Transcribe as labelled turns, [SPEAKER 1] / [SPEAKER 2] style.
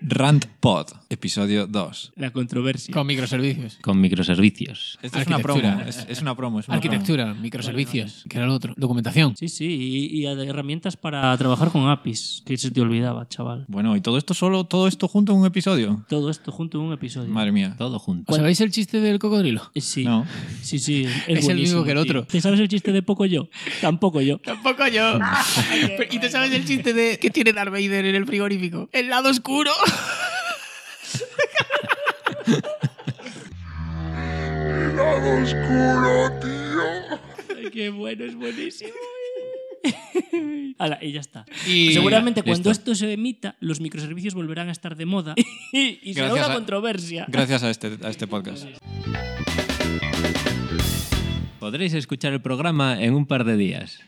[SPEAKER 1] Rant Pod, episodio 2.
[SPEAKER 2] La controversia.
[SPEAKER 3] Con microservicios.
[SPEAKER 4] Con microservicios.
[SPEAKER 1] Esta es una
[SPEAKER 3] Arquitectura.
[SPEAKER 1] promo, es, es una promo. es una
[SPEAKER 3] Arquitectura, microservicios. que era lo otro? Documentación.
[SPEAKER 2] Sí, sí, y, y herramientas para trabajar con APIs, que se te olvidaba, chaval.
[SPEAKER 1] promo. Bueno, y todo esto solo, todo esto junto en un episodio.
[SPEAKER 2] Todo esto junto en un episodio.
[SPEAKER 1] Madre mía.
[SPEAKER 4] Todo junto.
[SPEAKER 3] ¿Os sabéis el chiste del cocodrilo?
[SPEAKER 2] Eh, Sí,
[SPEAKER 1] No.
[SPEAKER 2] sí, sí. Es,
[SPEAKER 3] el mismo
[SPEAKER 2] buenísimo,
[SPEAKER 3] que el
[SPEAKER 2] tío.
[SPEAKER 3] otro.
[SPEAKER 2] ¿Te sabes el chiste de poco yo? Tampoco yo.
[SPEAKER 3] Tampoco yo. ¿Y te sabes el chiste de que tiene Darth Vader en el frigorífico? ¡El lado oscuro!
[SPEAKER 2] Ay, qué bueno, es buenísimo. Ala, y ya está.
[SPEAKER 3] Y-
[SPEAKER 2] Seguramente
[SPEAKER 4] Venga,
[SPEAKER 2] cuando
[SPEAKER 4] listo.
[SPEAKER 2] esto se emita, los microservicios volverán a estar de moda y, y será
[SPEAKER 1] Gracias
[SPEAKER 2] una
[SPEAKER 1] a-
[SPEAKER 2] controversia.
[SPEAKER 1] Gracias a este, a este podcast.
[SPEAKER 4] Podréis escuchar el programa en un par de días.